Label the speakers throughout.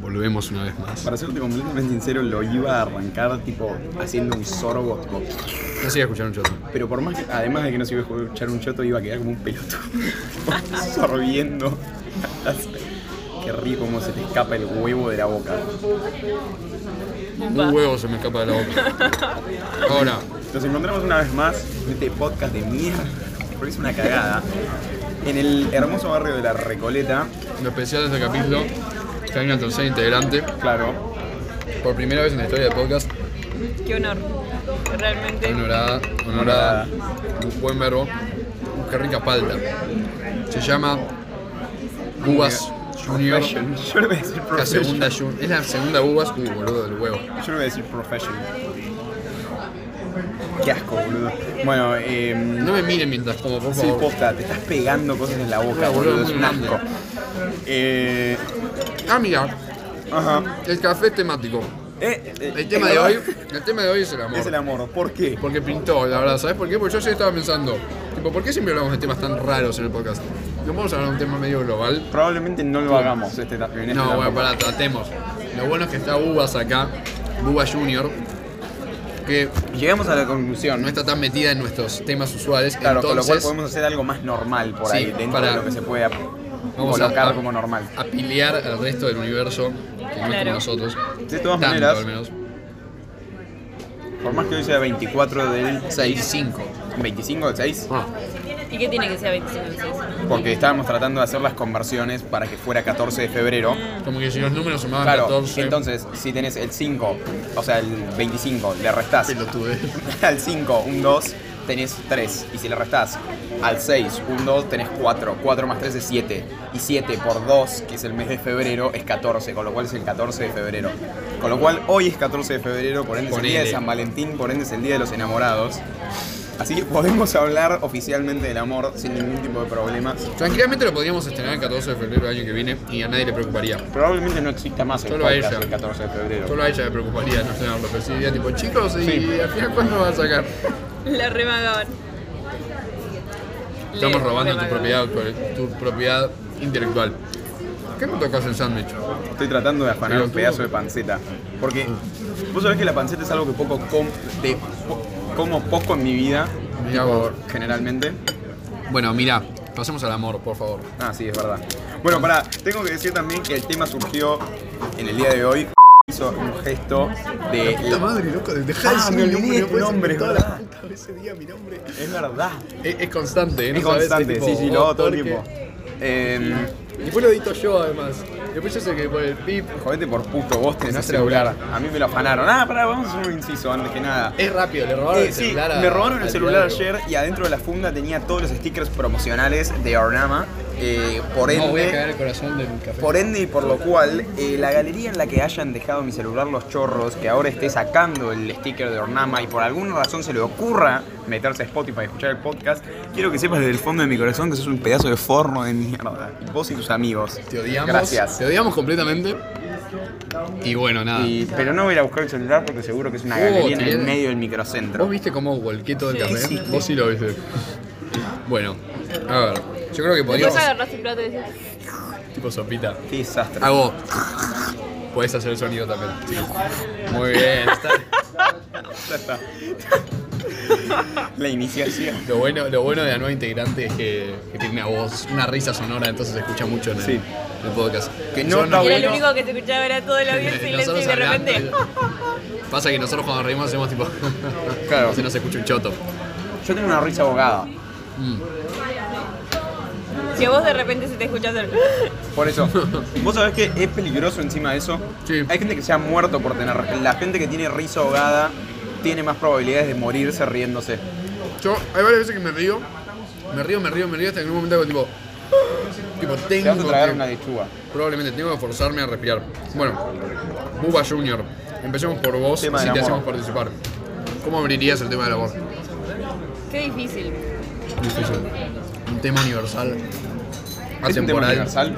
Speaker 1: volvemos una vez más.
Speaker 2: Para serte completamente sincero, lo iba a arrancar tipo haciendo un sorbo, tipo,
Speaker 1: No se iba a escuchar un choto.
Speaker 2: pero por más que, además de que no se iba a escuchar un choto, iba a quedar como un peloto sorbiendo. Qué rico cómo se te escapa el huevo de la boca.
Speaker 1: Un huevo se me escapa de la boca. Ahora,
Speaker 2: Nos encontramos una vez más en este podcast de mierda, porque es una cagada, en el hermoso barrio de La Recoleta.
Speaker 1: lo especial de este capítulo este es que hay una tercera integrante.
Speaker 2: Claro,
Speaker 1: Por primera vez en la historia del podcast,
Speaker 3: Qué honor. Realmente.
Speaker 1: honorada, honorada, un buen verbo, qué rica palta. Se llama Uvas Junior,
Speaker 2: Profession. Yo le voy a decir
Speaker 1: la
Speaker 2: profession.
Speaker 1: segunda Jun- es la segunda Uvas, uy boludo del huevo.
Speaker 2: Yo le voy a decir profession. Qué asco, boludo. Bueno, eh,
Speaker 1: No me miren mientras como, por
Speaker 2: sí,
Speaker 1: favor.
Speaker 2: posta, te estás pegando cosas en la boca,
Speaker 1: Boludo,
Speaker 2: boludo, es
Speaker 1: muy
Speaker 2: un
Speaker 1: grande.
Speaker 2: asco. Eh,
Speaker 1: Ah, mira,
Speaker 2: ajá.
Speaker 1: el café es temático.
Speaker 2: Eh, eh,
Speaker 1: El tema de hoy, el tema de hoy es el amor.
Speaker 2: es el amor. ¿Por qué?
Speaker 1: Porque pintó, la verdad, ¿sabes por qué? Porque yo sí estaba pensando, tipo, ¿por qué siempre hablamos de temas tan raros en el podcast? ¿No podemos hablar de un tema medio global?
Speaker 2: Probablemente no lo hagamos este, ta- en este
Speaker 1: No, bueno,
Speaker 2: tampoco.
Speaker 1: pará, tratemos. Lo bueno es que está Bubas acá, Bubas Junior, que
Speaker 2: Llegamos a la conclusión,
Speaker 1: no está tan metida en nuestros temas usuales.
Speaker 2: Claro, con lo cual
Speaker 1: entonces,
Speaker 2: podemos hacer algo más normal por
Speaker 1: Sí,
Speaker 2: ahí, dentro
Speaker 1: para-
Speaker 2: de lo que se puede
Speaker 1: vamos a-
Speaker 2: colocar
Speaker 1: a-
Speaker 2: como normal.
Speaker 1: a piliar al resto del universo, que no es como
Speaker 3: Claro.
Speaker 1: nosotros.
Speaker 2: De todas
Speaker 1: Tanto,
Speaker 2: maneras-
Speaker 1: al menos.
Speaker 2: Por más que hoy sea 24 del 6,
Speaker 1: 5.
Speaker 2: 25 del 6,
Speaker 1: Ah,
Speaker 3: ¿Y qué tiene que ser 25 de seis?
Speaker 2: porque estábamos tratando de hacer las conversiones para que fuera 14 de febrero.
Speaker 1: como que si los números sumaban
Speaker 2: Claro,
Speaker 1: 14.
Speaker 2: entonces si tenés el 5, o sea, el 25, le restás
Speaker 1: Pelotude.
Speaker 2: al 5 un 2, tenés 3. Y si le restás al 6 un 2, tenés 4. 4 más 3 es 7. Y 7 por 2, que es el mes de febrero, es 14, con lo cual es el 14 de febrero. Con lo cual hoy es 14 de febrero, por ende es el día de
Speaker 1: Ponele.
Speaker 2: San Valentín, por ende es el día de los enamorados. Así que podemos hablar oficialmente del amor sin ningún tipo de problema.
Speaker 1: Tranquilamente lo podríamos estrenar el 14 de febrero del año que viene y a nadie le preocuparía.
Speaker 2: Probablemente no exista más el
Speaker 1: Solo a
Speaker 2: podcast
Speaker 1: ella.
Speaker 2: el 14 de febrero.
Speaker 1: Solo a ella le preocuparía no estrenarlo, pero si diría tipo, chicos, ¿y
Speaker 2: Sí.
Speaker 1: al final cuándo vas a sacar?
Speaker 3: La remagaban. Le
Speaker 1: Estamos robando tu
Speaker 3: remagaban.
Speaker 1: propiedad, actual- tu propiedad intelectual. ¿Qué me tocas el sándwich?
Speaker 2: Estoy tratando de afanar
Speaker 1: Pero
Speaker 2: un
Speaker 1: tú-
Speaker 2: pedazo de panceta. Porque vos sabés que la panceta es algo que poco com- de- po- como poco en mi vida,
Speaker 1: Mirá vos.
Speaker 2: generalmente.
Speaker 1: Bueno, mira, pasemos al amor, por favor.
Speaker 2: Ah, sí, es verdad. Bueno, pará, tengo que decir también que el tema surgió en el día de hoy. Hizo un gesto de.
Speaker 1: madre, loco, dejá
Speaker 2: de Ah, decir me mi nombre, olvidé no tu
Speaker 1: pues,
Speaker 2: puedes nombre, inventar la ¿verdad?
Speaker 1: ese día mi nombre.
Speaker 2: Es verdad.
Speaker 1: Es, es constante, ¿eh?
Speaker 2: Es
Speaker 1: No sabés,
Speaker 2: constante,
Speaker 1: tipo,
Speaker 2: sí, sí,
Speaker 1: oh,
Speaker 2: lo hago todo el
Speaker 1: porque-
Speaker 2: tiempo. Eh,
Speaker 1: Y después lo edito yo, además. Después yo sé que por el pip.
Speaker 2: jodete por puto, vos tenés
Speaker 1: Tenés
Speaker 2: el celular.
Speaker 1: celular.
Speaker 2: A mí me lo afanaron. Ah, pará, vamos a hacer un inciso antes que nada.
Speaker 1: Es rápido, le robaron
Speaker 2: Eh,
Speaker 1: el
Speaker 2: sí,
Speaker 1: celular a-
Speaker 2: me robaron el
Speaker 1: al
Speaker 2: celular
Speaker 1: diablo.
Speaker 2: ayer y adentro de la funda tenía todos los stickers promocionales de Ornama. eh, por
Speaker 1: No, voy a cagar
Speaker 2: ende.
Speaker 1: el corazón de mi café.
Speaker 2: Por ende y por lo cual, eh, la galería en la que hayan dejado mi celular los chorros, que ahora esté sacando el sticker de Ornama y por alguna razón se le ocurra meterse a Spotify y escuchar el podcast, quiero que sepas desde el fondo de mi corazón que sos un pedazo de forno de mierda. Vos y tus amigos.
Speaker 1: Te odiamos.
Speaker 2: Gracias.
Speaker 1: Te odiamos completamente. Y bueno, nada.
Speaker 2: Y- pero no voy a ir a buscar el celular porque seguro que es una
Speaker 1: Oh,
Speaker 2: galería en el
Speaker 1: tenés-
Speaker 2: medio del microcentro.
Speaker 1: ¿Vos viste cómo volqué todo el
Speaker 3: Sí,
Speaker 1: café?
Speaker 2: sí.
Speaker 1: Vos sí lo viste. Bueno, a ver. Yo creo que
Speaker 3: Después
Speaker 1: podríamos.
Speaker 3: agarras el plato y dices,
Speaker 1: Tipo sopita.
Speaker 2: Qué desastre.
Speaker 1: Hago. Puedes hacer el sonido también. Muy bien. está-
Speaker 2: La iniciación.
Speaker 1: Lo, bueno, lo bueno de la nueva integrante es que, que tiene una voz, una risa sonora, entonces se escucha mucho en el,
Speaker 2: Sí.
Speaker 1: en el podcast.
Speaker 2: Que no
Speaker 1: Yo
Speaker 2: está
Speaker 3: y era
Speaker 2: bueno.
Speaker 3: lo único que se escuchaba era todo el avión en silencio
Speaker 1: Nosotros
Speaker 3: y de
Speaker 1: hablando,
Speaker 3: repente.
Speaker 1: Pasa que nosotros cuando reímos hacemos tipo.
Speaker 2: Claro.
Speaker 1: Se nos escucha un choto.
Speaker 2: Yo tengo una risa abogada.
Speaker 1: Mm.
Speaker 3: Si a vos de repente se te escucha hacer.
Speaker 2: Por eso, vos sabés que es peligroso encima de eso.
Speaker 1: Sí.
Speaker 2: Hay gente que se ha muerto por tener. La gente que tiene risa ahogada tiene más probabilidades de morirse riéndose.
Speaker 1: Yo, hay varias veces que me río, me río, me río, me río, hasta que en un momento hago tipo. Tipo,
Speaker 2: Te vas a
Speaker 1: tengo
Speaker 2: tragar
Speaker 1: que-
Speaker 2: una lechuga.
Speaker 1: Probablemente tengo que forzarme a respirar. Bueno, Buba Junior, empecemos por vos,
Speaker 2: Tema
Speaker 1: así
Speaker 2: del
Speaker 1: te
Speaker 2: amor.
Speaker 1: hacemos participar. ¿Cómo abrirías el tema del amor?
Speaker 3: Qué difícil.
Speaker 1: Difícil. Un tema universal.
Speaker 2: ¿Es un tema
Speaker 1: atemporal.
Speaker 2: universal?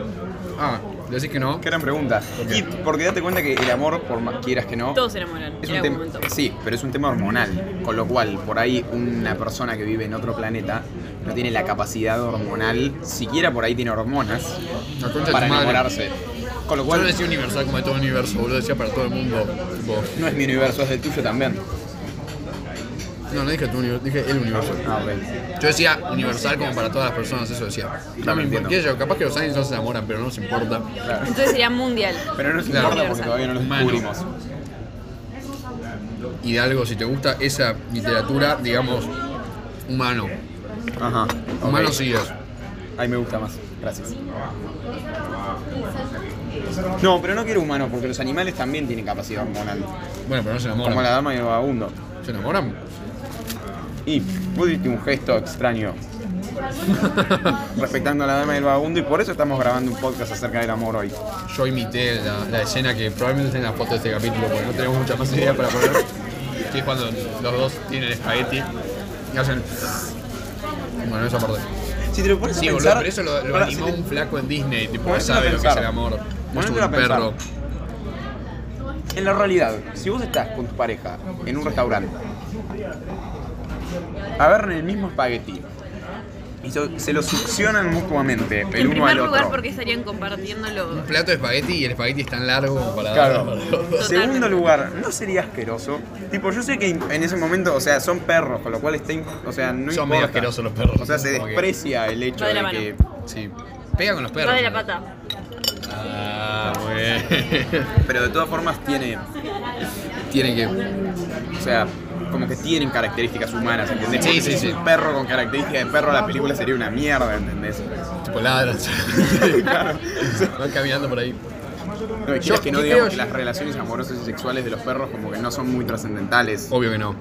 Speaker 1: Ah, decís que no.
Speaker 2: Qué gran pregunta.
Speaker 1: Ok.
Speaker 2: Y porque date cuenta que el amor, por más quieras que no,
Speaker 3: Todos se enamoran
Speaker 2: Es
Speaker 3: en
Speaker 2: un
Speaker 3: algún
Speaker 2: tema,
Speaker 3: momento.
Speaker 2: sí, pero es un tema hormonal, con lo cual por ahí una persona que vive en otro planeta no tiene la capacidad hormonal, siquiera por ahí tiene hormonas
Speaker 1: La concha de
Speaker 2: para
Speaker 1: tu madre.
Speaker 2: enamorarse. Con lo
Speaker 1: Yo no
Speaker 2: cual,
Speaker 1: decía universal como de todo el universo, boludo, decía para todo el mundo. tipo,
Speaker 2: no es mi universo, es el tuyo también.
Speaker 1: no, no dije tu universo, dije el universo.
Speaker 2: Ah, ok.
Speaker 1: Yo decía universal como para todas las personas, eso decía. No me importa,
Speaker 2: entiendo.
Speaker 1: qué sé yo, capaz que los aliens no se enamoran, pero no nos importa.
Speaker 3: Entonces sería mundial.
Speaker 2: Pero no nos
Speaker 1: Claro.
Speaker 2: importa porque todavía no lo
Speaker 1: Humano.
Speaker 2: descubrimos.
Speaker 1: Y de algo, si te gusta esa literatura, digamos, humano.
Speaker 2: Ajá.
Speaker 1: Humano
Speaker 2: ok.
Speaker 1: sí es.
Speaker 2: Ahí me gusta más. Gracias. No, pero no quiero humano porque los animales también tienen capacidad hormonal.
Speaker 1: Bueno, pero no se enamoran.
Speaker 2: Como la dama y el vagabundo.
Speaker 1: ¿Se enamoran?
Speaker 2: Y vos diste un gesto extraño respectando a la dama y el vagabundo y por eso estamos grabando un podcast acerca del amor hoy.
Speaker 1: Yo imité la, la escena que probablemente esté en la foto de este capítulo, porque no tenemos mucha más idea para poner. Que es cuando los dos tienen espagueti y hacen. Bueno, esa parte.
Speaker 2: Si te lo pones
Speaker 1: Sí,
Speaker 2: a
Speaker 1: boludo,
Speaker 2: pensar...
Speaker 1: pero eso lo, lo
Speaker 2: Pará,
Speaker 1: animó
Speaker 2: si te-
Speaker 1: un flaco en Disney, tipo,
Speaker 2: Ponéselo a
Speaker 1: sabe lo que es
Speaker 2: pensar.
Speaker 1: el amor. No es
Speaker 2: Ponéselo a
Speaker 1: un
Speaker 2: pensar.
Speaker 1: perro.
Speaker 2: En la realidad, si vos estás con tu pareja en un restaurante, agarran el mismo espagueti y so- se lo succionan mutuamente el
Speaker 3: en
Speaker 2: uno
Speaker 3: primer
Speaker 2: al
Speaker 3: lugar
Speaker 2: otro.
Speaker 3: porque estarían compartiéndolo.
Speaker 1: Un plato de espagueti y el espagueti es tan largo como para.
Speaker 2: Claro.
Speaker 3: Totalmente.
Speaker 2: Segundo lugar, ¿no sería asqueroso? Tipo, yo sé que en ese momento, o sea, son perros, con lo cual está, in- o sea,
Speaker 1: Son
Speaker 2: no importa.
Speaker 1: medio asquerosos los perros.
Speaker 2: O sea, se
Speaker 1: Como que-
Speaker 2: desprecia el hecho
Speaker 3: Va
Speaker 2: de,
Speaker 3: de la mano.
Speaker 2: que
Speaker 1: Sí. Pega con los perros.
Speaker 3: Va de la pata.
Speaker 1: Ah, muy bien.
Speaker 2: pero de todas formas tiene,
Speaker 1: Tienen que.
Speaker 2: o sea, como que tienen características humanas, ¿entendés?
Speaker 1: Sí,
Speaker 2: Porque
Speaker 1: sí,
Speaker 2: si
Speaker 1: sí.
Speaker 2: es Un perro con características de perro, la película sería una mierda, ¿entendés?
Speaker 1: Tipo ladran.
Speaker 2: Claro.
Speaker 1: Van caminando por ahí.
Speaker 2: Lo que
Speaker 1: Yo-
Speaker 2: quiero es que no
Speaker 1: yo
Speaker 2: digamos
Speaker 1: creo-
Speaker 2: que las relaciones amorosas y sexuales de los perros como que no son muy trascendentales.
Speaker 1: Obvio que no.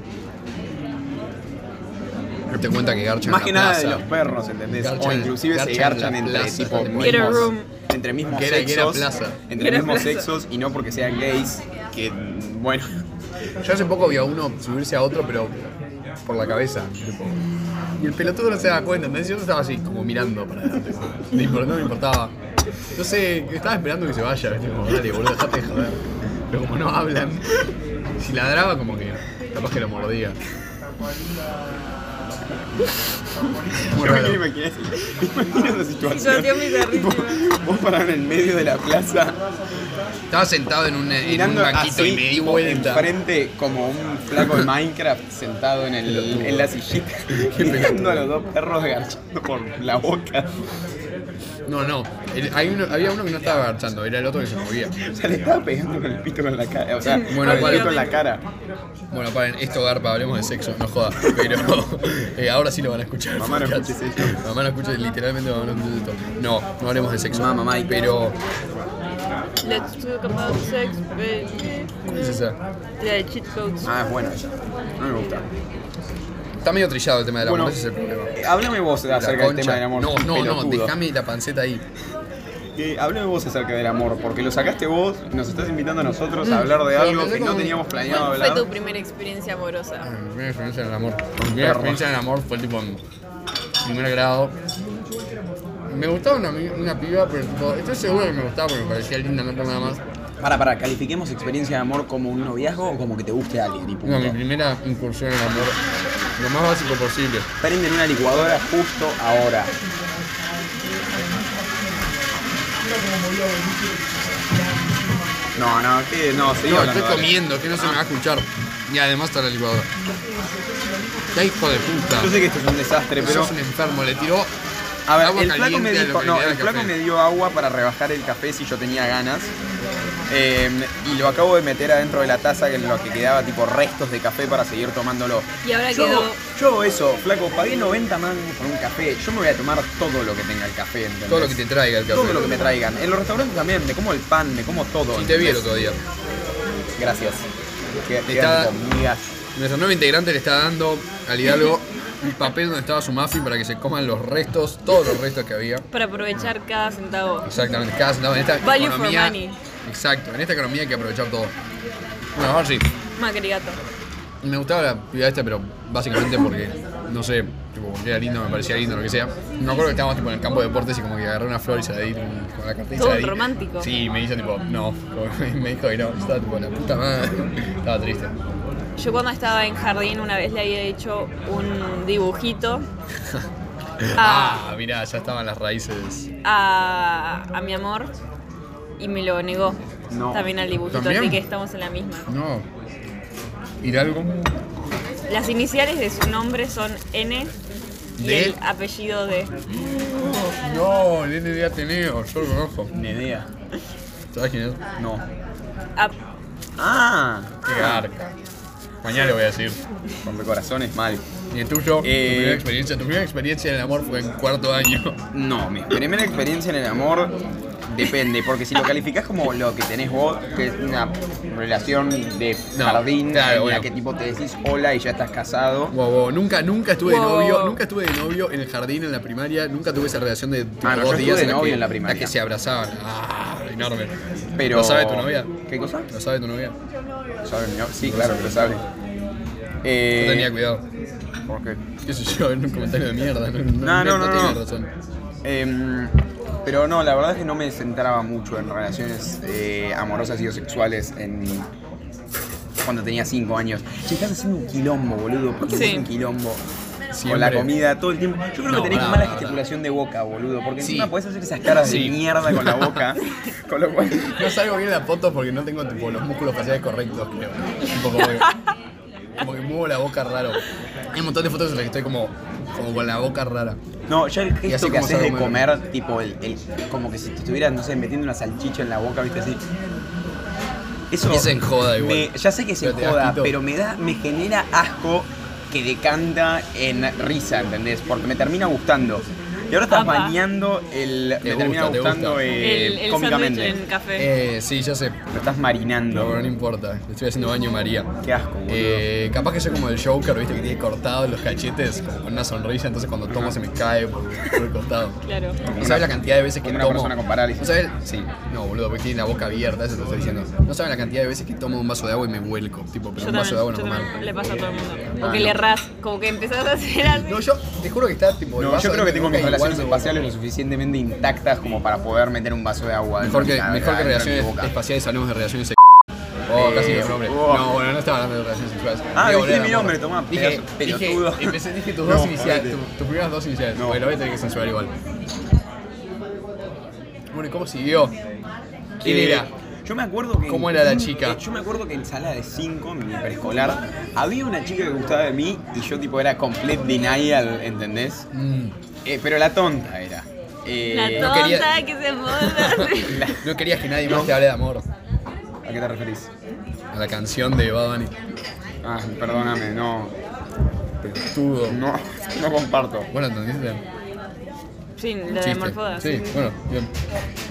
Speaker 1: No te cuenta que garchan
Speaker 2: Más
Speaker 1: en
Speaker 2: que
Speaker 1: la
Speaker 2: nada
Speaker 1: plaza.
Speaker 2: de los perros, ¿entendés? o
Speaker 1: Garchan-
Speaker 2: inclusive se
Speaker 1: garchan
Speaker 2: garchan
Speaker 1: la
Speaker 2: entre
Speaker 1: plaza,
Speaker 2: tipo
Speaker 1: también.
Speaker 3: Get a
Speaker 2: mismos,
Speaker 3: room.
Speaker 2: entre mismos
Speaker 1: Get a- get a
Speaker 2: sexos,
Speaker 1: plaza.
Speaker 2: entre
Speaker 3: Get a
Speaker 2: mismos
Speaker 3: plaza.
Speaker 2: sexos y no porque sean gays, que mm, bueno,
Speaker 1: Yo hace poco vi a uno subirse a otro, pero por la cabeza. tipo. Y el pelotudo no se daba cuenta, ¿entendés? Yo estaba así, como mirando para adelante. No impor- no me importaba. No sé, estaba esperando que se vaya. Tipo, dale, boludo, dejate de joder. Pero como no hablan, si ladraba, como que capaz que lo mordía. Muy
Speaker 2: yo me
Speaker 1: raro.
Speaker 2: quiero imaginar, me imagino la situación,
Speaker 3: Situación bizarrísima.
Speaker 2: Tipo, vos parás en el medio de la plaza,
Speaker 1: Estaba sentado en un, en un
Speaker 2: mirando
Speaker 1: banquito
Speaker 2: así,
Speaker 1: y me di
Speaker 2: tipo,
Speaker 1: vuelta.
Speaker 2: enfrente como un flaco de Minecraft sentado en, el, en la sillita, mirando a los dos perros garchando por la boca,
Speaker 1: No, no. El- hay uno- había uno que no estaba agachando, era el otro que se movía.
Speaker 2: o sea, le estaba pegando con el pito con la cara, o sea,
Speaker 1: Bueno,
Speaker 2: con el pito
Speaker 1: igual-
Speaker 2: en la cara.
Speaker 1: Bueno, paren, esto garpa, hablemos de sexo, no joda. Pero eh, ahora sí lo van a escuchar.
Speaker 2: Mamá no escuche sexo.
Speaker 1: Mamá no escuche, literalmente mamá no escuche esto. No, no hablemos de sexo.
Speaker 2: Mamá, mamá, y-
Speaker 1: Pero,
Speaker 3: Let's talk about sex, baby.
Speaker 1: es esa?
Speaker 3: La de cheat codes.
Speaker 2: Ah, es buena esa. No me gusta.
Speaker 1: Está medio trillado el tema del amor, ese es el problema.
Speaker 2: eh, háblame vos
Speaker 1: La
Speaker 2: acerca del
Speaker 1: concha.
Speaker 2: tema del amor.
Speaker 1: No, no, no,
Speaker 2: pelotudo.
Speaker 1: déjame la panceta ahí.
Speaker 2: Eh, háblame vos acerca del amor, porque lo sacaste vos, nos estás invitando a nosotros a hablar de
Speaker 1: pero
Speaker 2: algo
Speaker 1: Mm. empecé
Speaker 2: que no
Speaker 1: con-
Speaker 2: teníamos planeado
Speaker 3: ¿Cuál fue
Speaker 2: hablar.
Speaker 3: tu primera experiencia amorosa?
Speaker 1: Ah, Mi primera experiencia en el amor. Mi primera
Speaker 2: perro.
Speaker 1: experiencia en el amor fue tipo en primer grado. Me gustaba una, una piba, pero tipo, estoy seguro que me gustaba porque me parecía linda, no por nada más.
Speaker 2: Para, para, califiquemos experiencia de amor como un noviazgo o como que te guste a alguien. Y punto.
Speaker 1: No, mi primera incursión en el amor, lo más básico posible.
Speaker 2: Prenden una licuadora justo ahora. No, no, que no, Ah. seguí
Speaker 1: No,
Speaker 2: hablando,
Speaker 1: estoy
Speaker 2: dale.
Speaker 1: comiendo, que no se me va a escuchar. Y además está la licuadora. ¡Qué hijo de puta!
Speaker 2: Yo sé que esto es un desastre, pero.
Speaker 1: Sos un enfermo, le tiró
Speaker 2: A ver,
Speaker 1: agua
Speaker 2: el flaco
Speaker 1: caliente
Speaker 2: me
Speaker 1: a lo
Speaker 2: dijo,
Speaker 1: que
Speaker 2: no,
Speaker 1: quedaba
Speaker 2: el
Speaker 1: de
Speaker 2: flaco
Speaker 1: café.
Speaker 2: me dio agua para rebajar el café si yo tenía ganas. Eh, y lo acabo de meter adentro de la taza en lo que quedaba tipo restos de café para seguir tomándolo.
Speaker 3: Y ahora
Speaker 2: yo,
Speaker 3: quedó.
Speaker 2: yo hago eso, flaco, pagué 90 mangos por un café. Yo me voy a tomar todo lo que tenga el café, ¿entendés?
Speaker 1: todo lo que te traiga el
Speaker 2: Todo
Speaker 1: café.
Speaker 2: lo que me traigan. En los restaurantes también, me como el pan, me como todo.
Speaker 1: Y te vi el
Speaker 2: ¿entendés?
Speaker 1: otro día.
Speaker 2: Gracias. Que-
Speaker 1: Te
Speaker 2: quedan
Speaker 1: está-
Speaker 2: tipo migas.
Speaker 1: Nuestro nuevo integrante le está dando al Hidalgo un papel donde estaba su muffin para que se coman los restos, todos los restos que había.
Speaker 3: Para aprovechar cada centavo.
Speaker 1: Exactamente, cada centavo en esta
Speaker 3: Value for
Speaker 1: economía.
Speaker 3: money.
Speaker 1: Exacto, en esta economía hay que aprovechar todo. Bueno, ahora sí.
Speaker 3: Macri gato.
Speaker 1: Me gustaba la piba esta, pero básicamente porque, no sé, tipo, porque era lindo, me parecía lindo, lo que sea. Me acuerdo que estábamos tipo, en el campo de deportes y como que agarré una flor y se la di tipo, con la cartilla. y se
Speaker 3: Todo
Speaker 1: la di.
Speaker 3: romántico.
Speaker 1: Sí, me hizo tipo, no. Como Me dijo que no, estaba tipo, la puta madre. Estaba triste.
Speaker 3: Yo cuando estaba en jardín una vez le había hecho un dibujito a, Ah.
Speaker 1: Ah, mirá, ya estaban las raíces.
Speaker 3: a, a mi amor y me lo negó.
Speaker 2: No.
Speaker 3: También al dibujito,
Speaker 1: ¿También?
Speaker 3: así que estamos en la misma.
Speaker 1: No. Hidalgo.
Speaker 3: Las iniciales de su nombre son N y
Speaker 1: ¿De?
Speaker 3: el apellido de.
Speaker 1: No, el N de Ateneo, yo lo conozco.
Speaker 2: Nenea.
Speaker 1: ¿Sabes quién es?
Speaker 2: No.
Speaker 3: Ap-
Speaker 2: Ah.
Speaker 1: Qué garca. Mañana lo voy a decir.
Speaker 2: Rompe corazones, mal.
Speaker 1: ¿Y el tuyo? ¿Tu
Speaker 2: Eh.
Speaker 1: primera experiencia? Tu primera experiencia en el amor fue en cuarto año.
Speaker 2: No, mi primera experiencia en el amor depende, porque si lo calificás como lo que tenés vos, que es una relación de
Speaker 1: No,
Speaker 2: jardín,
Speaker 1: claro,
Speaker 2: en
Speaker 1: bueno.
Speaker 2: la que tipo te decís hola y ya estás casado.
Speaker 1: Wow, wow, Nunca, nunca estuve
Speaker 3: Wow.
Speaker 1: de novio, nunca estuve de novio en el jardín, en la primaria, nunca tuve esa relación de tipo,
Speaker 2: Ah, no, yo
Speaker 1: dos
Speaker 2: estuve
Speaker 1: días
Speaker 2: de
Speaker 1: que-
Speaker 2: novio en la primaria.
Speaker 1: que se abrazaban. Ah, enorme.
Speaker 2: Pero...
Speaker 1: ¿Lo sabe tu novia?
Speaker 2: ¿Qué cosa?
Speaker 1: ¿Lo sabe tu novia?
Speaker 2: ¿Sabe mi novia? Sí, claro que lo sabe. Eh,
Speaker 1: Yo tenía cuidado.
Speaker 2: ¿Por qué?
Speaker 1: ¿Qué sé yo? En un comentario de mierda. No,
Speaker 2: No, no, no,
Speaker 1: tiene
Speaker 2: no.
Speaker 1: razón.
Speaker 2: Em, pero no, la verdad es que no me centraba mucho en relaciones eh, amorosas y o sexuales en cuando tenía 5 años. Che, estás haciendo un quilombo, boludo. ¿Por qué
Speaker 3: Sí.
Speaker 2: haces un quilombo?
Speaker 1: Siempre.
Speaker 2: Con la comida todo el tiempo. Yo creo
Speaker 1: No,
Speaker 2: que tenés
Speaker 1: pará,
Speaker 2: mala
Speaker 1: pará.
Speaker 2: gesticulación de boca, boludo. Porque
Speaker 1: Sí.
Speaker 2: encima podés hacer esas caras
Speaker 1: Sí.
Speaker 2: de mierda con la boca. con lo cual.
Speaker 1: No salgo bien en la foto porque no tengo tipo, los músculos faciales correctos, creo. Tipo, como, que, como que muevo la boca raro. Hay un montón de fotos en las que estoy como, como con la boca rara.
Speaker 2: No, ya el
Speaker 1: así
Speaker 2: gesto que
Speaker 1: como
Speaker 2: haces
Speaker 1: sabe
Speaker 2: de
Speaker 1: comer.
Speaker 2: comer, tipo, el, el- como que si te estuvieras, no sé, metiendo una salchicha en la boca, viste así. Eso
Speaker 1: Es en joda igual.
Speaker 2: me- ya sé que es
Speaker 1: Pero
Speaker 2: en
Speaker 1: te da
Speaker 2: joda,
Speaker 1: asquito.
Speaker 2: pero me da, me genera asco que decanta en risa, ¿entendés? Porque me termina gustando. Y ahora estás
Speaker 3: Apa.
Speaker 2: bañando el.
Speaker 1: Te
Speaker 2: me termina
Speaker 1: gusta, te
Speaker 2: gustando
Speaker 1: gusta.
Speaker 2: eh,
Speaker 3: el el sándwich
Speaker 2: cómicamente.
Speaker 3: en café.
Speaker 1: Eh, sí, ya sé.
Speaker 2: Lo estás
Speaker 1: No,
Speaker 2: marinando.
Speaker 1: pero no importa. Le estoy haciendo baño a María.
Speaker 2: Qué asco, boludo.
Speaker 1: Eh, capaz que soy como el Joker, viste, que tiene cortados los cachetes como con una sonrisa, entonces cuando tomo se me cae por, por el costado.
Speaker 3: Claro.
Speaker 1: No sabes la cantidad de veces que
Speaker 2: Como una
Speaker 1: tomo.
Speaker 2: persona con parálisis.
Speaker 1: No sabes. Sí, no, boludo, porque tiene la boca abierta, eso te estoy diciendo. No sabes la cantidad de veces que tomo un vaso de agua y me vuelco. Tipo, pero
Speaker 3: Yo
Speaker 1: un vaso de agua
Speaker 3: también, yo
Speaker 1: normal.
Speaker 3: también le pasa a todo el mundo.
Speaker 2: Ah,
Speaker 3: O que
Speaker 2: no.
Speaker 3: le errás, como que empezás a hacer así.
Speaker 1: No, yo te juro que está tipo. el
Speaker 2: No,
Speaker 1: vaso
Speaker 2: yo creo que
Speaker 1: dentro de
Speaker 2: tengo mis
Speaker 1: mi boca,
Speaker 2: relaciones
Speaker 1: igual me
Speaker 2: espaciales
Speaker 1: vuelco.
Speaker 2: lo suficientemente intactas como para poder meter un vaso de agua.
Speaker 1: Mejor que,
Speaker 2: dentro de mi
Speaker 1: mejor que
Speaker 2: cara, dentro de mi
Speaker 1: relaciones
Speaker 2: boca.
Speaker 1: espaciales hablemos de relaciones sexuales. Oh, casi digo
Speaker 2: Eh,
Speaker 1: mi nombre.
Speaker 2: oh.
Speaker 1: No, bueno, no estaba hablando de relaciones sexuales. Digo,
Speaker 2: Ah, dije
Speaker 1: boludo,
Speaker 2: mi
Speaker 1: amor.
Speaker 2: nombre, tomá,
Speaker 1: Dije,
Speaker 2: pedazo de
Speaker 1: dije,
Speaker 2: pelotudo.
Speaker 1: empecé, dije tus
Speaker 2: No,
Speaker 1: dos iniciales,
Speaker 2: jodete.
Speaker 1: tu- tus primeras dos iniciales.
Speaker 2: No.
Speaker 1: Bueno, lo voy a tener que censurar igual. Bueno, ¿y cómo siguió? ¿Quién
Speaker 2: Eh,
Speaker 1: era?
Speaker 2: Yo me acuerdo que.
Speaker 1: ¿Cómo era la chica?
Speaker 2: Eh, Yo me acuerdo que en sala de 5, en mi preescolar, había una chica que gustaba de mí y yo, tipo, era complete denial, ¿entendés?
Speaker 1: Mm,
Speaker 2: Eh, pero la tonta era. Eh,
Speaker 3: La
Speaker 1: no
Speaker 3: tonta
Speaker 1: quería-
Speaker 3: que se mueve.
Speaker 2: la-
Speaker 1: No querías que nadie más te hable de amor.
Speaker 2: ¿A qué te referís?
Speaker 1: A la canción de Bad Bunny.
Speaker 2: Ah, perdóname, no.
Speaker 1: Tudo.
Speaker 2: No, no comparto.
Speaker 1: Bueno, ¿entendiste?
Speaker 3: sí, la de
Speaker 1: Chiste.
Speaker 3: Morfoda.
Speaker 1: Sí, bueno, bien.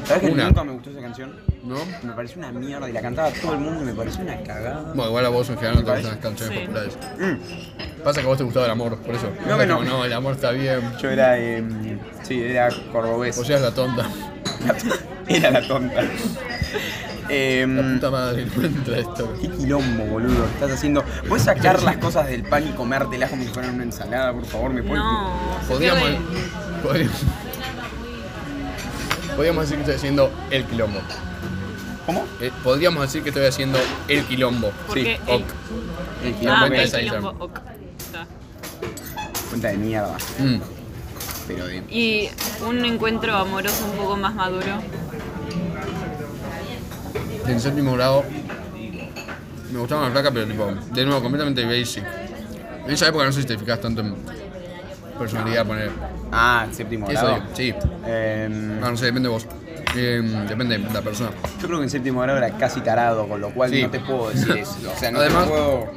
Speaker 2: ¿Sabes que
Speaker 1: Una.
Speaker 2: nunca me gustó esa canción?
Speaker 1: ¿No?
Speaker 2: Me pareció una mierda y la cantaba todo el mundo y me pareció una cagada.
Speaker 1: Bueno, igual a vos en general no te
Speaker 2: ¿Te
Speaker 1: gustan las canciones
Speaker 3: Sí.
Speaker 1: populares.
Speaker 2: Mm,
Speaker 1: Pasa que a vos te gustaba el amor, por eso.
Speaker 2: No, que no.
Speaker 1: Como, el amor está bien.
Speaker 2: Yo era. em, sí, era cordobés.
Speaker 1: O sea, es la tonta.
Speaker 2: era la tonta. Em,
Speaker 1: La puta madre encuentra esto.
Speaker 2: Qué quilombo, boludo, que estás haciendo. ¿Puedes sacar las cosas del pan y comértelas como si fueran una ensalada, por favor? ¿Me puedes-
Speaker 3: No, se
Speaker 1: Podríamos,
Speaker 3: pierde.
Speaker 1: podríamos, podríamos decir que estoy haciendo el quilombo.
Speaker 2: ¿Cómo?
Speaker 1: Eh, podríamos decir que estoy haciendo el quilombo.
Speaker 3: Porque
Speaker 1: Sí,
Speaker 3: el-
Speaker 1: ok.
Speaker 2: El
Speaker 3: Ah,
Speaker 2: quilombo que
Speaker 1: me
Speaker 3: el
Speaker 2: es.
Speaker 1: sale.
Speaker 3: quilombo. ok. Está.
Speaker 2: Cuenta de mierda,
Speaker 1: Mm.
Speaker 2: pero de.
Speaker 3: Y un encuentro amoroso un poco más maduro.
Speaker 1: En séptimo grado me gustaba una flaca, pero tipo, de nuevo, completamente basic. En esa época no sé si te fijas tanto en personalidad, poner.
Speaker 2: Ah, séptimo
Speaker 1: Eso
Speaker 2: grado.
Speaker 1: digo, sí.
Speaker 2: Em,
Speaker 1: Ah, no sé, depende de vos. Em, depende de la persona.
Speaker 2: yo creo que en séptimo grado era casi tarado, con lo cual
Speaker 1: Sí.
Speaker 2: no te puedo decir eso. O sea, no
Speaker 1: Además-
Speaker 2: te puedo.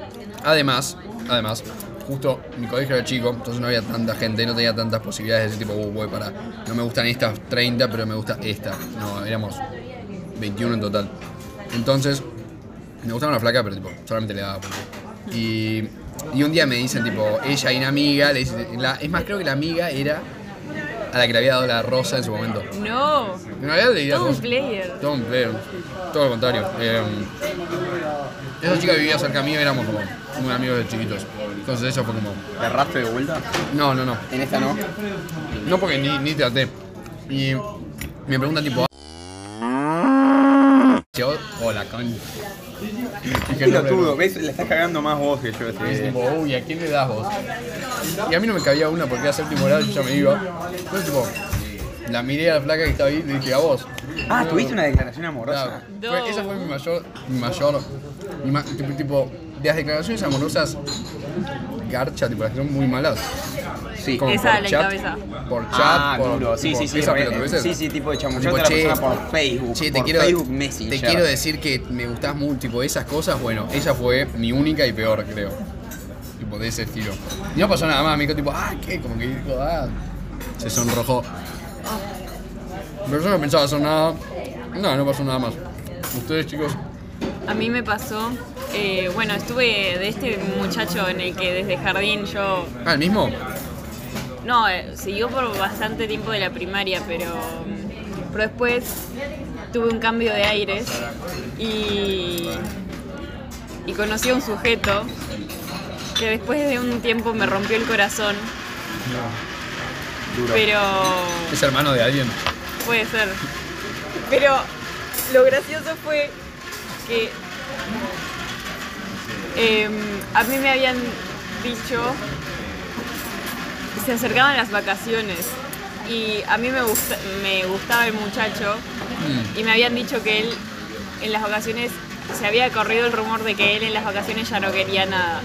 Speaker 1: Además, además, justo mi colegio era chico, entonces no había tanta gente, no tenía tantas posibilidades de decir tipo, "Uh, voy para, no me gustan estas 30, pero me gusta esta. No, éramos 21 en total. Entonces, me gustaba una flaca, pero tipo, solamente le daba porque. Y, y un día me dicen tipo, ella y una amiga, le dicen- la- es más, creo que la amiga era a la que le había dado la rosa en su momento.
Speaker 3: No.
Speaker 1: En realidad le diría
Speaker 3: Todo un
Speaker 1: rosa.
Speaker 3: player.
Speaker 1: Todo un player. Todo lo contrario. Eh, esa chica vivía cerca mío y éramos como muy amigos de chiquitos. Entonces eso fue como.
Speaker 2: ¿Te arrastro de vuelta?
Speaker 1: No, no, no.
Speaker 2: En esta no.
Speaker 1: No porque ni, ni traté. Y me preguntan tipo. Yo, hola, con. Dije, no,
Speaker 2: Pelotudo, ¿ves? La estás cagando más vos que yo.
Speaker 1: pero- Es
Speaker 2: Este.
Speaker 1: tipo, uy, ¿a quién le das vos? Y a mí no me cabía una porque era séptimo grado y yo ya me iba. Entonces, tipo, la miré a la flaca que estaba ahí y le dije, a vos.
Speaker 2: Ah, ¿tuviste una declaración amorosa?
Speaker 1: Claro, fue- esa fue mi mayor, mi mayor, mi ma- tipo, tipo, de las declaraciones amorosas, garcha, tipo, las que son muy malas.
Speaker 2: Sí.
Speaker 1: Como
Speaker 3: Esa
Speaker 1: por
Speaker 3: la
Speaker 1: chat,
Speaker 3: encabeza.
Speaker 1: Por chat,
Speaker 2: ah,
Speaker 1: por,
Speaker 2: duro. Sí,
Speaker 1: tipo,
Speaker 2: sí, sí.
Speaker 1: esas
Speaker 2: re-
Speaker 1: pelotudeces.
Speaker 2: sí, sí, tipo de chamullarte
Speaker 1: Tipo,
Speaker 2: a la
Speaker 1: che,
Speaker 2: persona por Facebook.
Speaker 1: Che, te
Speaker 2: por
Speaker 1: quiero,
Speaker 2: Facebook Messenger.
Speaker 1: te quiero decir que me gustás mucho, tipo, esas cosas, bueno, esa fue mi única y peor, creo. Tipo, de ese estilo. Y no pasó nada más, me dijo, tipo, ah, ¿qué? Como que dijo, ah, se sonrojó. Pero yo no pensaba hacer nada. No, no pasó nada más. Ustedes, chicos,
Speaker 3: A mí me pasó, eh, bueno, estuve de este muchacho en el que desde jardín yo
Speaker 1: ah, ¿el mismo?
Speaker 3: No, eh, siguió por bastante tiempo de la primaria, pero, mm, pero después tuve un cambio de aires y, y conocí a un sujeto que después de un tiempo me rompió el corazón,
Speaker 2: Duro.
Speaker 3: pero
Speaker 1: Es hermano de alguien.
Speaker 3: puede ser. Pero lo gracioso fue que em, a mí me habían dicho, se acercaban las vacaciones y a mí me, gusta- me gustaba el muchacho
Speaker 1: Mm.
Speaker 3: y me habían dicho que él en las vacaciones se había corrido el rumor de que él en las vacaciones ya no quería nada.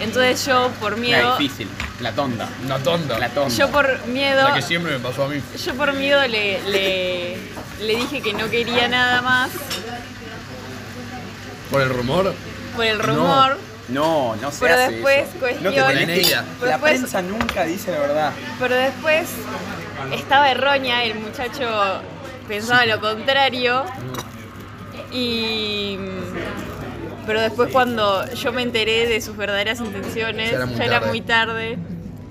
Speaker 3: Entonces yo por
Speaker 2: La
Speaker 3: miedo,
Speaker 2: difícil. La tonda.
Speaker 1: La tonta.
Speaker 2: La tonda.
Speaker 3: yo por miedo
Speaker 1: La que siempre me pasó a mí.
Speaker 3: yo por miedo le, le- le dije que no quería nada más
Speaker 1: Por el rumor.
Speaker 3: por el
Speaker 1: No.
Speaker 3: rumor.
Speaker 2: No, no se
Speaker 3: Pero
Speaker 2: hace
Speaker 3: después
Speaker 2: eso.
Speaker 3: cuestión-
Speaker 2: No te tenés
Speaker 1: Tenés
Speaker 2: que-
Speaker 1: vida.
Speaker 2: La
Speaker 3: Después-
Speaker 2: prensa nunca dice la verdad.
Speaker 3: Pero después estaba errónea, el muchacho pensaba lo contrario. Y. Pero después, cuando yo me enteré de sus verdaderas intenciones,
Speaker 1: Ya era muy
Speaker 3: ya era
Speaker 1: tarde.
Speaker 3: muy tarde.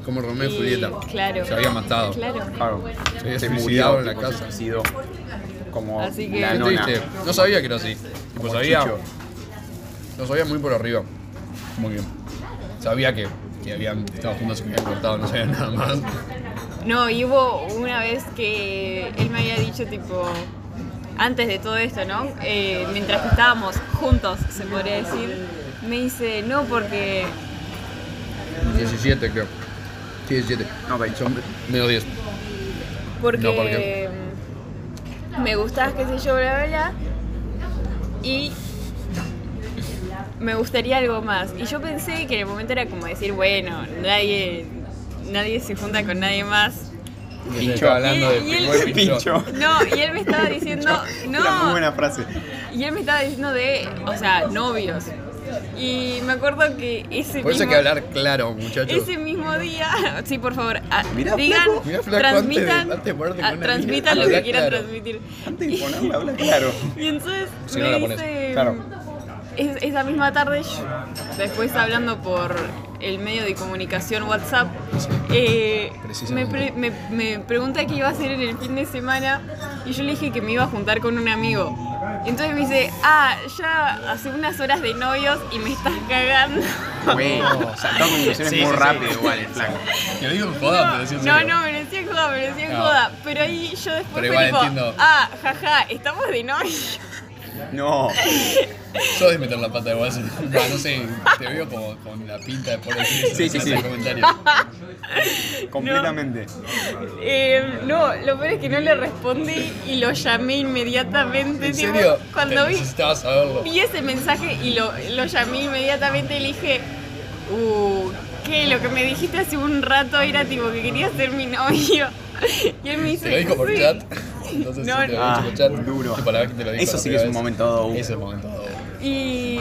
Speaker 1: Como Romeo y
Speaker 3: Y-
Speaker 1: Julieta.
Speaker 3: Claro.
Speaker 1: Se había matado.
Speaker 3: Claro.
Speaker 2: Claro.
Speaker 1: Se había
Speaker 2: Se
Speaker 1: suicidado
Speaker 2: murió,
Speaker 1: en la
Speaker 2: tipo, se
Speaker 1: casa.
Speaker 2: suicidó. Como
Speaker 3: Así que-
Speaker 2: la
Speaker 1: Qué
Speaker 2: nona.
Speaker 1: triste. No sabía que era así. Tipo,
Speaker 2: Ah, Como
Speaker 1: sabía.
Speaker 2: Chicho.
Speaker 1: Lo sabía muy por arriba. Muy bien. Sabía que, que habían estado juntos y que habían cortado, no sabía nada más.
Speaker 3: No, y hubo una vez que él me había dicho, tipo, antes de todo esto, ¿no? Eh, mientras que estábamos juntos, se podría decir, me dice, no, porque
Speaker 1: 17, creo. Sí, 17.
Speaker 2: No, veinte.
Speaker 1: Son menos 10.
Speaker 3: porque
Speaker 1: No, ¿por qué?
Speaker 3: mm, me gustas, qué sé yo, bla, bla, bla. Y me gustaría algo más. Y yo pensé que en el momento era como decir, bueno, nadie, nadie se junta con nadie más.
Speaker 2: Pincho.
Speaker 1: Estaba hablando de
Speaker 3: Y- y él-
Speaker 1: buen
Speaker 2: Pincho.
Speaker 3: No, y él me estaba diciendo, no.
Speaker 2: Una muy buena frase.
Speaker 3: Y él me estaba diciendo de, o sea, novios. Y me acuerdo que ese
Speaker 1: Por eso
Speaker 3: mismo,
Speaker 1: hay que hablar claro, muchachos.
Speaker 3: ese mismo día, sí, por favor, a-
Speaker 2: Mirá,
Speaker 3: digan,
Speaker 2: flaco.
Speaker 1: Mirá, flaco, antes
Speaker 3: transmitan,
Speaker 1: de- antes de ponerte
Speaker 3: a-
Speaker 1: con una mina,
Speaker 3: transmitan lo que
Speaker 1: habla
Speaker 3: quieran
Speaker 1: claro.
Speaker 3: transmitir.
Speaker 2: Antes de ponerla, habla claro.
Speaker 3: Y entonces
Speaker 1: Si
Speaker 3: me
Speaker 1: no la pones,
Speaker 3: dice,
Speaker 2: claro.
Speaker 3: es- esa misma tarde, yo- después hablando por el medio de comunicación WhatsApp, eh, me,
Speaker 1: Precisamente.
Speaker 3: pre- me- me pregunta qué iba a hacer en el fin de semana y yo le dije que me iba a juntar con un amigo. Entonces me dice, ah, ya hace unas horas de novios y me estás cagando.
Speaker 2: Bueno, saltó conclusiones
Speaker 1: Sí,
Speaker 2: muy
Speaker 1: sí, sí.
Speaker 2: rápido igual el flaco.
Speaker 1: Te lo digo en joda, pero sí en
Speaker 3: no,
Speaker 1: serio.
Speaker 3: no, me lo decía en joda, me lo decía en
Speaker 1: No.
Speaker 3: joda. Pero ahí yo después
Speaker 1: Pero
Speaker 3: fue
Speaker 1: igual
Speaker 3: tipo,
Speaker 1: entiendo.
Speaker 3: ah, jaja, estamos de novios.
Speaker 2: No.
Speaker 1: Sos de meter la pata igual. sí. No, no sé, te veo como con la pinta de por decir eso
Speaker 2: Sí, sí,
Speaker 1: en
Speaker 2: sí.
Speaker 1: el comentario.
Speaker 2: Completamente.
Speaker 3: Eh, no, lo peor es que no le respondí y lo llamé inmediatamente.
Speaker 1: ¿En
Speaker 3: tipo,
Speaker 1: serio?
Speaker 3: Cuando
Speaker 1: Te
Speaker 3: vi,
Speaker 1: Necesitaba saberlo.
Speaker 3: vi ese mensaje y lo, lo llamé inmediatamente y le dije, uh, ¿qué? Lo que me dijiste hace un rato era tipo que querías ser mi novio. Y él me dice,
Speaker 1: Te lo dijo por
Speaker 3: "Sí".
Speaker 1: chat. No sé si
Speaker 3: No,
Speaker 1: te lo
Speaker 3: no.
Speaker 1: dijo por chat.
Speaker 2: Ah, duro.
Speaker 1: Tipo, la vez que te lo dijo
Speaker 2: Eso
Speaker 1: la
Speaker 2: sí que es
Speaker 1: primera
Speaker 2: un
Speaker 1: vez.
Speaker 2: momento dado.
Speaker 1: Ese es un momento dado.
Speaker 3: Y...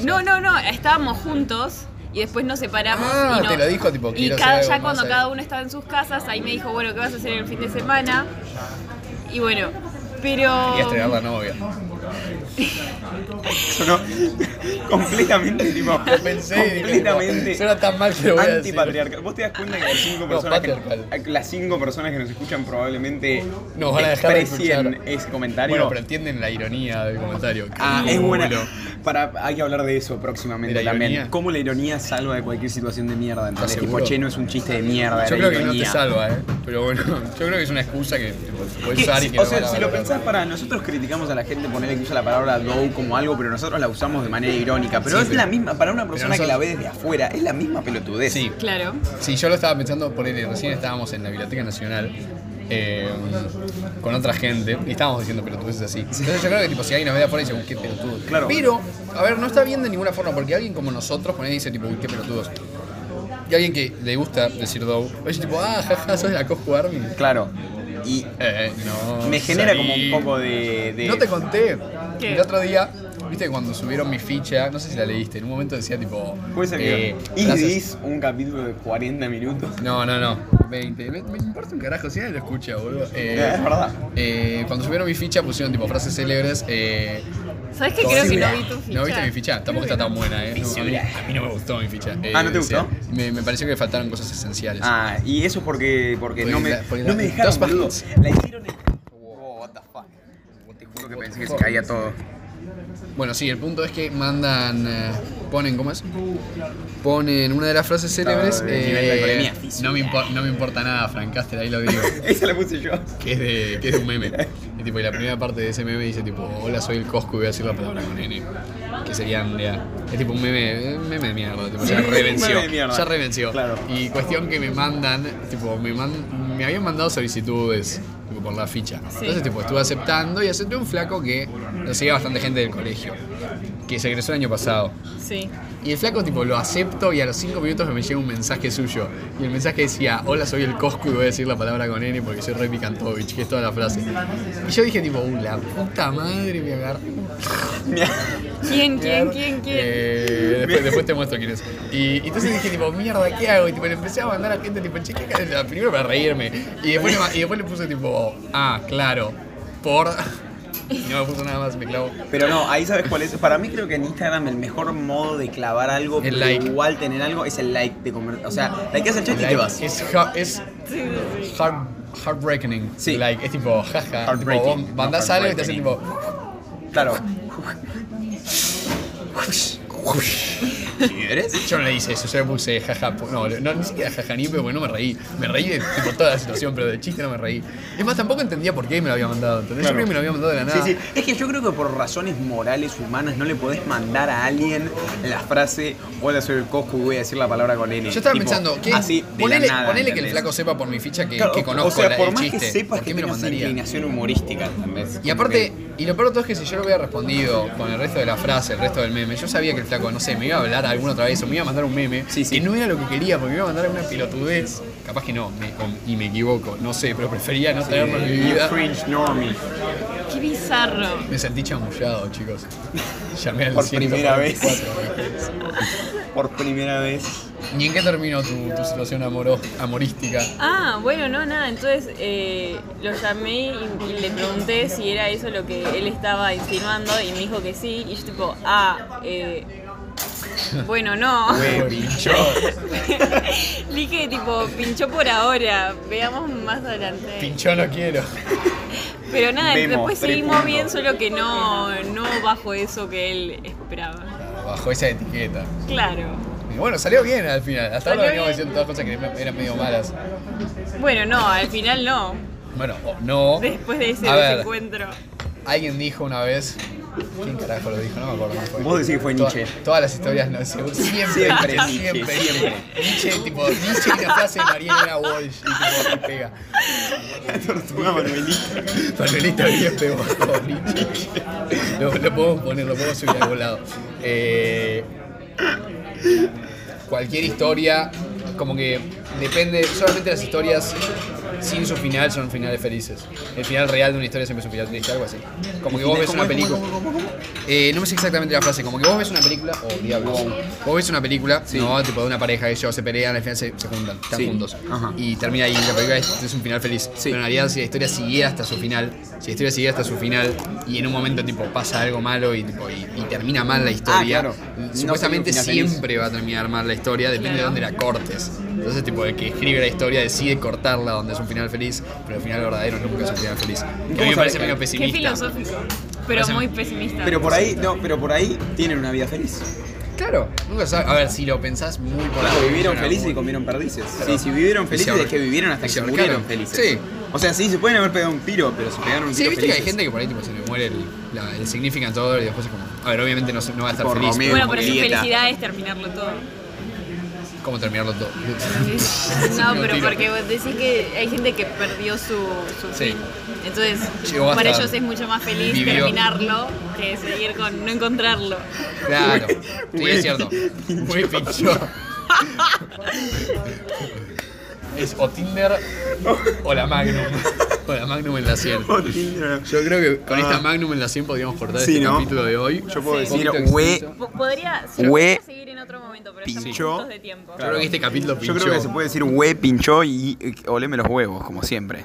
Speaker 1: 100%.
Speaker 3: No, no, no, estábamos juntos y después nos separamos.
Speaker 1: Ah,
Speaker 3: y no-
Speaker 1: te lo dijo, tipo,
Speaker 3: Y
Speaker 1: quiero hacer
Speaker 3: cada,
Speaker 1: algo
Speaker 3: ya
Speaker 1: más
Speaker 3: cuando
Speaker 1: ahí.
Speaker 3: cada uno estaba en sus casas, ahí me dijo, bueno, ¿qué vas a hacer el fin de semana? Y bueno, pero...
Speaker 1: Y a estrenar la novia.
Speaker 2: Sonó completamente tipo.
Speaker 1: Lo pensé y dije,
Speaker 2: completamente
Speaker 1: no, suena tan mal que lo voy a decir.
Speaker 2: antipatriarcal. Vos te das cuenta que las cinco
Speaker 1: No,
Speaker 2: personas, que,
Speaker 1: patriarcal.
Speaker 2: las cinco personas que nos escuchan probablemente
Speaker 1: Nos van a dejar de
Speaker 2: expresien
Speaker 1: escuchar.
Speaker 2: ese comentario.
Speaker 1: Bueno, pero entienden la ironía del comentario.
Speaker 2: Ah, es
Speaker 1: Culo.
Speaker 2: buena. Para, hay que hablar de eso próximamente
Speaker 1: ¿De la
Speaker 2: también.
Speaker 1: ironía?
Speaker 2: Cómo la ironía salva de cualquier situación de mierda. Entonces, tipo,
Speaker 1: seguro?
Speaker 2: che, no es un chiste de mierda.
Speaker 1: Yo
Speaker 2: era
Speaker 1: creo que no te
Speaker 2: ironía.
Speaker 1: salva, eh. Pero bueno, yo creo que es una excusa que tipo, se puede
Speaker 2: Que,
Speaker 1: usar y que
Speaker 2: o
Speaker 1: no van
Speaker 2: sea,
Speaker 1: a
Speaker 2: si lo
Speaker 1: valorar.
Speaker 2: pensás para nosotros criticamos a la gente ponerle que usa la palabra dough como algo, pero nosotros la usamos de manera irónica. Pero
Speaker 1: Sí,
Speaker 2: es
Speaker 1: pero-
Speaker 2: la misma, para una persona que
Speaker 1: nosotros-
Speaker 2: la ve desde afuera, es la misma pelotudez.
Speaker 1: Sí,
Speaker 3: Claro.
Speaker 1: Sí, yo lo estaba pensando por él. Recién estábamos en la Biblioteca Nacional eh, con otra gente y estábamos diciendo pelotudeces así. Entonces yo creo que tipo, si alguien nos ve de afuera dice, "Uy, qué pelotudo.
Speaker 2: Claro.
Speaker 1: Pero, a ver, no está bien de ninguna forma porque alguien como nosotros pone dice, tipo, uy, qué pelotudos. Y alguien que le gusta decir Dow, oye, tipo, ah, jaja, sos de la Coscu Army.
Speaker 2: Claro. Y
Speaker 1: Eh, no.
Speaker 2: me genera como un
Speaker 1: salí.
Speaker 2: poco de. de-
Speaker 1: No te conté.
Speaker 3: ¿Qué?
Speaker 1: El otro día, viste que cuando subieron mi ficha, no sé si la leíste, en un momento decía tipo.
Speaker 2: Puede ser que.
Speaker 1: eh,
Speaker 2: y
Speaker 1: gracias-
Speaker 2: es un capítulo de 40 minutos.
Speaker 1: No, no, no. 20. Me, me importa un carajo, si nadie lo escucha, boludo. Eh,
Speaker 2: es verdad.
Speaker 1: eh, cuando subieron mi ficha pusieron tipo frases célebres. Eh,
Speaker 3: ¿Sabes que
Speaker 1: con-
Speaker 3: creo que no vi tu ficha?
Speaker 1: ¿No viste mi ficha? Tampoco está tan buena, ¿eh? No, a, mí, a mí no me gustó mi ficha. Eh,
Speaker 2: Ah, ¿no te
Speaker 1: decía,
Speaker 2: gustó?
Speaker 1: Me, me pareció que le faltaron cosas esenciales.
Speaker 2: Ah, y eso porque, porque
Speaker 1: Porque
Speaker 2: no me,
Speaker 1: la- porque
Speaker 2: no
Speaker 1: la-
Speaker 2: me dejaron,
Speaker 1: dos
Speaker 2: boludo.
Speaker 1: páginas.
Speaker 2: La hicieron en... Wow, what the fuck. Te juro que pensé que se caía todo.
Speaker 1: Bueno, sí, el punto es que mandan. eh, ponen, ¿cómo es? Ponen una de las frases célebres. eh,
Speaker 2: el nivel de alcoholemia.
Speaker 1: no, me impor- no me importa nada, Frank Caster, ahí lo digo.
Speaker 2: Esa la puse yo.
Speaker 1: que es de, que es de un meme. Y, tipo, y la primera parte de ese meme dice tipo, hola soy el Coscu y voy a decir la palabra con N. Que sería Andrea. Es tipo un meme, un meme de mierda, tipo,
Speaker 2: Sí,
Speaker 1: ya
Speaker 2: un meme
Speaker 1: revenció.
Speaker 2: de mierda.
Speaker 1: Ya revenció.
Speaker 2: Claro.
Speaker 1: Y cuestión que me mandan, tipo, me, man- me habían mandado solicitudes tipo, por la ficha. Entonces tipo, estuve aceptando y acepté un flaco que lo seguía bastante gente del colegio. Que se egresó el año pasado.
Speaker 3: Sí.
Speaker 1: Y el flaco tipo lo acepto y a los 5 minutos me llega un mensaje suyo. Y el mensaje decía, hola soy el Coscu y voy a decir la palabra con N porque soy Rey Picantovich, que es toda la frase. Y yo dije tipo, "Uh, la puta madre, me agarré.
Speaker 3: ¿Quién,
Speaker 1: me
Speaker 3: quién,
Speaker 1: agarré".
Speaker 3: quién, quién?
Speaker 1: Eh, después, después te muestro quién es. Y entonces dije tipo, mierda, ¿qué hago? Y tipo, le empecé a mandar a gente tipo, che, ¿qué cara?" Primero para reírme. Y después, le, ma- y después le puse tipo, ah, claro, por... Y no me puso nada más, me clavo.
Speaker 2: Pero no, ahí sabes cuál es. Para mí creo que en Instagram el mejor modo de clavar algo,
Speaker 1: El
Speaker 2: pero
Speaker 1: like.
Speaker 2: igual tener algo, es el like de conver- O sea, likeas el chat y te vas.
Speaker 1: Es, ja- es
Speaker 3: Sí, sí, sí.
Speaker 1: Heart, heartbreaking.
Speaker 2: Sí.
Speaker 1: Like, es tipo, jaja.
Speaker 2: Heartbreaking,
Speaker 1: Tipo, vos
Speaker 2: no
Speaker 1: mandás algo y te hacen tipo.
Speaker 2: heartbreaking. Claro.
Speaker 1: ¿Quieres? Yo no le hice eso, yo le puse jaja. po- No, no ni siquiera jaja ni, pero bueno, me reí. Me reí de tipo, toda la situación, pero de chiste no me reí. Es más, tampoco entendía por qué me lo había mandado. ¿entendés? Yo
Speaker 2: Claro.
Speaker 1: creo que me lo había mandado de la
Speaker 2: Sí,
Speaker 1: nada.
Speaker 2: sí. Es que yo creo que por razones morales humanas no le podés mandar a alguien la frase hola soy el Coscu y voy a decir la palabra con N.
Speaker 1: Yo estaba
Speaker 2: Tipo,
Speaker 1: pensando, ¿qué?
Speaker 2: Así, de
Speaker 1: ponele
Speaker 2: la nada,
Speaker 1: ponele que el
Speaker 2: ¿entendés?
Speaker 1: flaco sepa por mi ficha que,
Speaker 2: Claro,
Speaker 1: que
Speaker 2: o-
Speaker 1: conozco
Speaker 2: O sea,
Speaker 1: la-
Speaker 2: por
Speaker 1: el
Speaker 2: más
Speaker 1: chiste.
Speaker 2: que sepas
Speaker 1: ¿Por
Speaker 2: que
Speaker 1: qué me lo
Speaker 2: tengas una
Speaker 1: mandaría?
Speaker 2: inclinación humorística, ¿entendés?
Speaker 1: Pues, Y aparte, y lo peor de todo es que si yo lo hubiera respondido con el resto de la frase, el resto del meme, yo sabía que el flaco, no sé, me iba a hablar alguna otra vez o me iba a mandar un meme
Speaker 2: Sí, sí.
Speaker 1: que no era lo que quería, porque me iba a mandar alguna pilotudez. Capaz que no, me- o- y me equivoco, no sé, pero prefería no tenerlo en mi vida.
Speaker 2: Cringe normie.
Speaker 3: Qué bizarro.
Speaker 1: Me sentí chamullado, chicos. Llamé al
Speaker 2: Por primera vez.
Speaker 1: 144.
Speaker 2: Por primera vez.
Speaker 1: ¿Y en qué terminó tu, tu situación amoro- amorística?
Speaker 3: Ah, bueno, no, nada. Entonces eh, lo llamé y, y le pregunté si era eso lo que él estaba insinuando y me dijo que sí. Y yo tipo, ah, eh, bueno, no.
Speaker 1: Fue pinchó.
Speaker 3: Le dije tipo, pinchó por ahora, veamos más adelante.
Speaker 1: Pinchó no quiero.
Speaker 3: Pero nada,
Speaker 2: Vemos,
Speaker 3: después
Speaker 2: tres
Speaker 3: seguimos
Speaker 2: puntos.
Speaker 3: bien, solo que no, no bajo eso que él esperaba.
Speaker 1: Bajo esa etiqueta.
Speaker 3: Claro.
Speaker 1: Y bueno, salió bien al final. Hasta ahora
Speaker 3: Salió
Speaker 1: veníamos
Speaker 3: bien.
Speaker 1: diciendo todas cosas que eran medio malas.
Speaker 3: Bueno, no, al final no.
Speaker 1: Bueno, o no.
Speaker 3: Después de ese
Speaker 1: A ver.
Speaker 3: desencuentro.
Speaker 1: Alguien dijo una vez. ¿Quién carajo lo dijo? No me acuerdo. quién fue.
Speaker 2: Vos decís que fue
Speaker 1: Toda-
Speaker 2: Nietzsche.
Speaker 1: todas las historias no siempre, siempre,
Speaker 2: Siempre,
Speaker 1: Nietzsche,
Speaker 2: Nietzsche,
Speaker 1: siempre,
Speaker 2: siempre.
Speaker 1: Nietzsche, tipo, Nietzsche y la frase de María Elena Walsh y tipo, que pega.
Speaker 2: Tortuga Manuelita.
Speaker 1: Manuelita bien pegó con Nietzsche. Lo, lo podemos poner, lo podemos subir a algún lado. Eh, cualquier historia, como que depende, solamente las historias sin su final son finales felices. El final real de una historia siempre es un final triste, algo así. Como que vos ves
Speaker 2: ¿Cómo
Speaker 1: una
Speaker 2: es?
Speaker 1: película.
Speaker 2: ¿Cómo, cómo, cómo, cómo?
Speaker 1: Eh, no me sé exactamente la frase, como que vos ves una película, oh diablos, vos ves una película, no, tipo de una pareja, ellos se pelean, al final se, se juntan, están
Speaker 2: Sí.
Speaker 1: juntos,
Speaker 2: Ajá.
Speaker 1: y termina ahí, la película es, es un final feliz.
Speaker 2: Sí.
Speaker 1: Pero en realidad si la historia siguiera hasta su final, si la historia siguiera hasta su final, y en un momento tipo pasa algo malo y, tipo, y, y termina mal la historia,
Speaker 2: Ah, claro. No
Speaker 1: supuestamente
Speaker 2: sería un final
Speaker 1: siempre va a terminar mal la historia, depende de
Speaker 3: Claro.
Speaker 1: dónde la cortes. Entonces tipo el que escribe la historia decide cortarla donde es un final feliz, pero el final verdadero nunca es un final feliz. Y a mí
Speaker 2: ¿Cómo
Speaker 1: me parece
Speaker 2: sabes?
Speaker 1: medio
Speaker 3: Qué
Speaker 1: pesimista.
Speaker 3: filosófico. Pero
Speaker 1: Parece-
Speaker 3: muy pesimista.
Speaker 2: Pero por ahí, no, pero por ahí tienen una vida feliz.
Speaker 1: Claro, nunca sabes. A ver, si lo pensás muy por
Speaker 2: Claro,
Speaker 1: ahí,
Speaker 2: vivieron
Speaker 1: funciona
Speaker 2: felices
Speaker 1: muy-
Speaker 2: y comieron perdices.
Speaker 1: Claro.
Speaker 2: Sí, si vivieron
Speaker 1: Y
Speaker 2: felices
Speaker 1: se ahor-
Speaker 2: es que vivieron hasta
Speaker 1: y
Speaker 2: que
Speaker 1: se
Speaker 2: se
Speaker 1: ahorcaron.
Speaker 2: murieron felices.
Speaker 1: Sí.
Speaker 2: O sea, sí, se pueden haber pegado un tiro, pero se pegaron un
Speaker 1: Sí,
Speaker 2: tiro
Speaker 1: viste que hay gente que por ahí tipo, se le muere el, la- el significant other y después es como. A ver, obviamente no, se- no va a estar
Speaker 2: Por
Speaker 1: feliz.
Speaker 2: Romeo.
Speaker 1: pero-
Speaker 3: bueno, pero su
Speaker 2: Julieta.
Speaker 3: felicidad es terminarlo todo.
Speaker 1: cómo terminarlo todo. Me
Speaker 3: No,
Speaker 1: lo
Speaker 3: pero
Speaker 1: tiro.
Speaker 3: porque vos decís que hay gente que perdió su, su
Speaker 1: Sí.
Speaker 3: fin. Entonces,
Speaker 1: Llegó hasta-
Speaker 3: para ellos es mucho más feliz
Speaker 1: vivió.
Speaker 3: terminarlo que seguir con no encontrarlo.
Speaker 1: Claro, sí, es cierto. Muy pincho. Es o Tinder o la Magnum. O la Magnum en la 100. Yo creo que con esta Magnum en la 100 podríamos cortar
Speaker 2: ah. Sí,
Speaker 1: este
Speaker 2: ¿no?
Speaker 1: capítulo de hoy.
Speaker 2: Yo puedo
Speaker 1: Un
Speaker 2: decir,
Speaker 1: poquito
Speaker 2: "Hue-
Speaker 1: extenso.
Speaker 3: Po- Podría, se
Speaker 2: Hue-
Speaker 3: podría seguir en otro momento, pero
Speaker 2: Pinchó.
Speaker 3: estamos justos de tiempo.
Speaker 1: Yo creo que este capítulo
Speaker 2: Yo
Speaker 1: pinchó.
Speaker 2: creo que se puede decir, güey, pinchó y y oleme los huevos, como siempre.